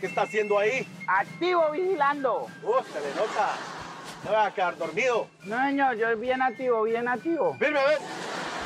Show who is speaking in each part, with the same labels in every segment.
Speaker 1: ¿Qué está haciendo ahí?
Speaker 2: Activo vigilando.
Speaker 1: ¡Uf, se le nota! No me va a quedar dormido.
Speaker 2: No, señor, yo bien activo, bien activo.
Speaker 1: ¡Firme, a ver!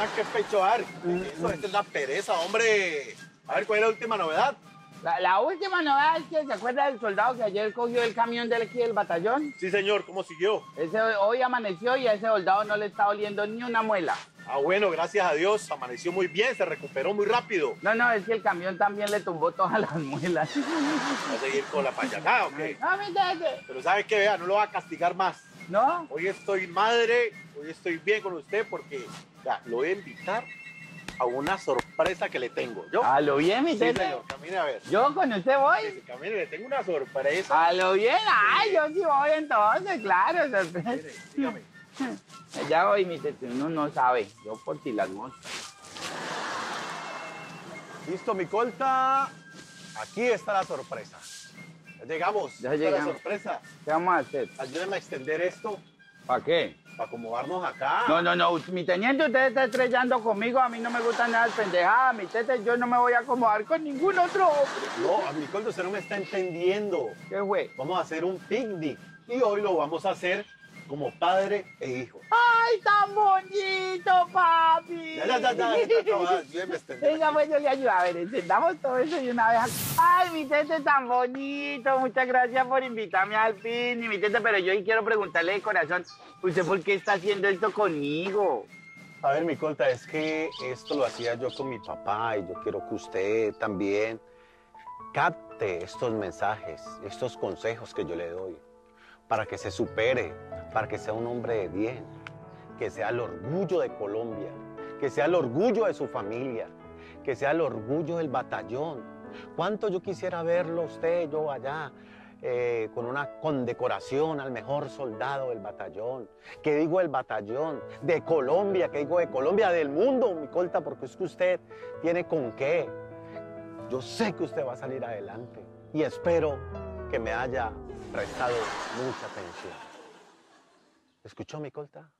Speaker 1: ¡Ah, qué pecho dar! Eso, esta es la pereza, hombre. A ver, ¿cuál es la última novedad?
Speaker 2: La, la última novedad es que se acuerda del soldado que ayer cogió el camión del aquí del batallón.
Speaker 1: Sí, señor, ¿cómo siguió?
Speaker 2: Ese hoy amaneció y a ese soldado no le está oliendo ni una muela.
Speaker 1: Ah, bueno, gracias a Dios, amaneció muy bien, se recuperó muy rápido.
Speaker 2: No, no, es que el camión también le tumbó todas las muelas.
Speaker 1: Va a seguir con la payacada, ¿ok?
Speaker 2: No, mira ese.
Speaker 1: Pero ¿sabes qué? Vea, no lo va a castigar más.
Speaker 2: No,
Speaker 1: Hoy estoy madre, hoy estoy bien con usted porque ya, lo voy a invitar a una sorpresa que le tengo. ¿Yo?
Speaker 2: a lo bien, mi
Speaker 1: sí,
Speaker 2: tete.
Speaker 1: señor, camine a ver.
Speaker 2: Yo con usted voy.
Speaker 1: Camine, le tengo una sorpresa.
Speaker 2: A lo bien, ay, yo sí voy entonces, claro,
Speaker 1: Ah, Mire,
Speaker 2: sorpresa.
Speaker 1: dígame.
Speaker 2: Ya voy, mi tete, uno no sabe. Yo por si las moscas.
Speaker 1: Listo, mi colta. Aquí está la sorpresa. Ya llegamos.
Speaker 2: Ya
Speaker 1: Esta es
Speaker 2: llegamos.
Speaker 1: La sorpresa.
Speaker 2: ¿Qué vamos a hacer?
Speaker 1: Ayúdenme a extender esto
Speaker 2: ¿Para qué?
Speaker 1: para acomodarnos acá.
Speaker 2: No, no, no, mi teniente, usted está estrellando conmigo, a mí no me gustan nada de pendejadas, mi tete, yo no me voy a acomodar con ningún otro hombre.
Speaker 1: No, a mi colta usted no me está entendiendo.
Speaker 2: ¿Qué fue?
Speaker 1: Vamos a hacer un picnic y hoy lo vamos a hacer como padre e hijo.
Speaker 2: ¡Ay, tan bonito, papi!
Speaker 1: Ya, ya, ya, ya, ya, está acabado. Ayúdenme a extender.
Speaker 2: Venga, pues yo le ayudo. A ver, encendamos todo eso de una vez. Ay, mi tete tan bonito. Muchas gracias por invitarme al picnic, mi tete. Pero yo quiero preguntarle de corazón, ¿usted por qué está haciendo esto conmigo?
Speaker 1: A ver, mi colta, es que esto lo hacía yo con mi papá y yo quiero que usted también capte estos mensajes, estos consejos que yo le doy, para que se supere, para que sea un hombre de bien, que sea el orgullo de Colombia, que sea el orgullo de su familia, que sea el orgullo del batallón. ¿Cuánto yo quisiera verlo a usted, yo allá? eh, con una condecoración al mejor soldado del batallón. ¿Qué digo del batallón? De Colombia, ¿qué digo de Colombia? Del mundo, mi colta, porque es que usted tiene con qué. Yo sé que usted va a salir adelante y espero que me haya prestado mucha atención. ¿Escuchó mi colta?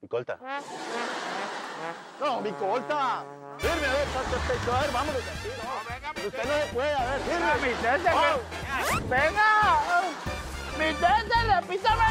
Speaker 1: Mi colta. No, mi colta. Firme, a ver, santo pecho, a ver, vámonos de aquí, no. Pero Usted no se puede, a ver, firme.
Speaker 2: ¡Mi tete!
Speaker 1: Oh.
Speaker 2: Ừ. que- ¡Venga! ¡Mi tete, repítame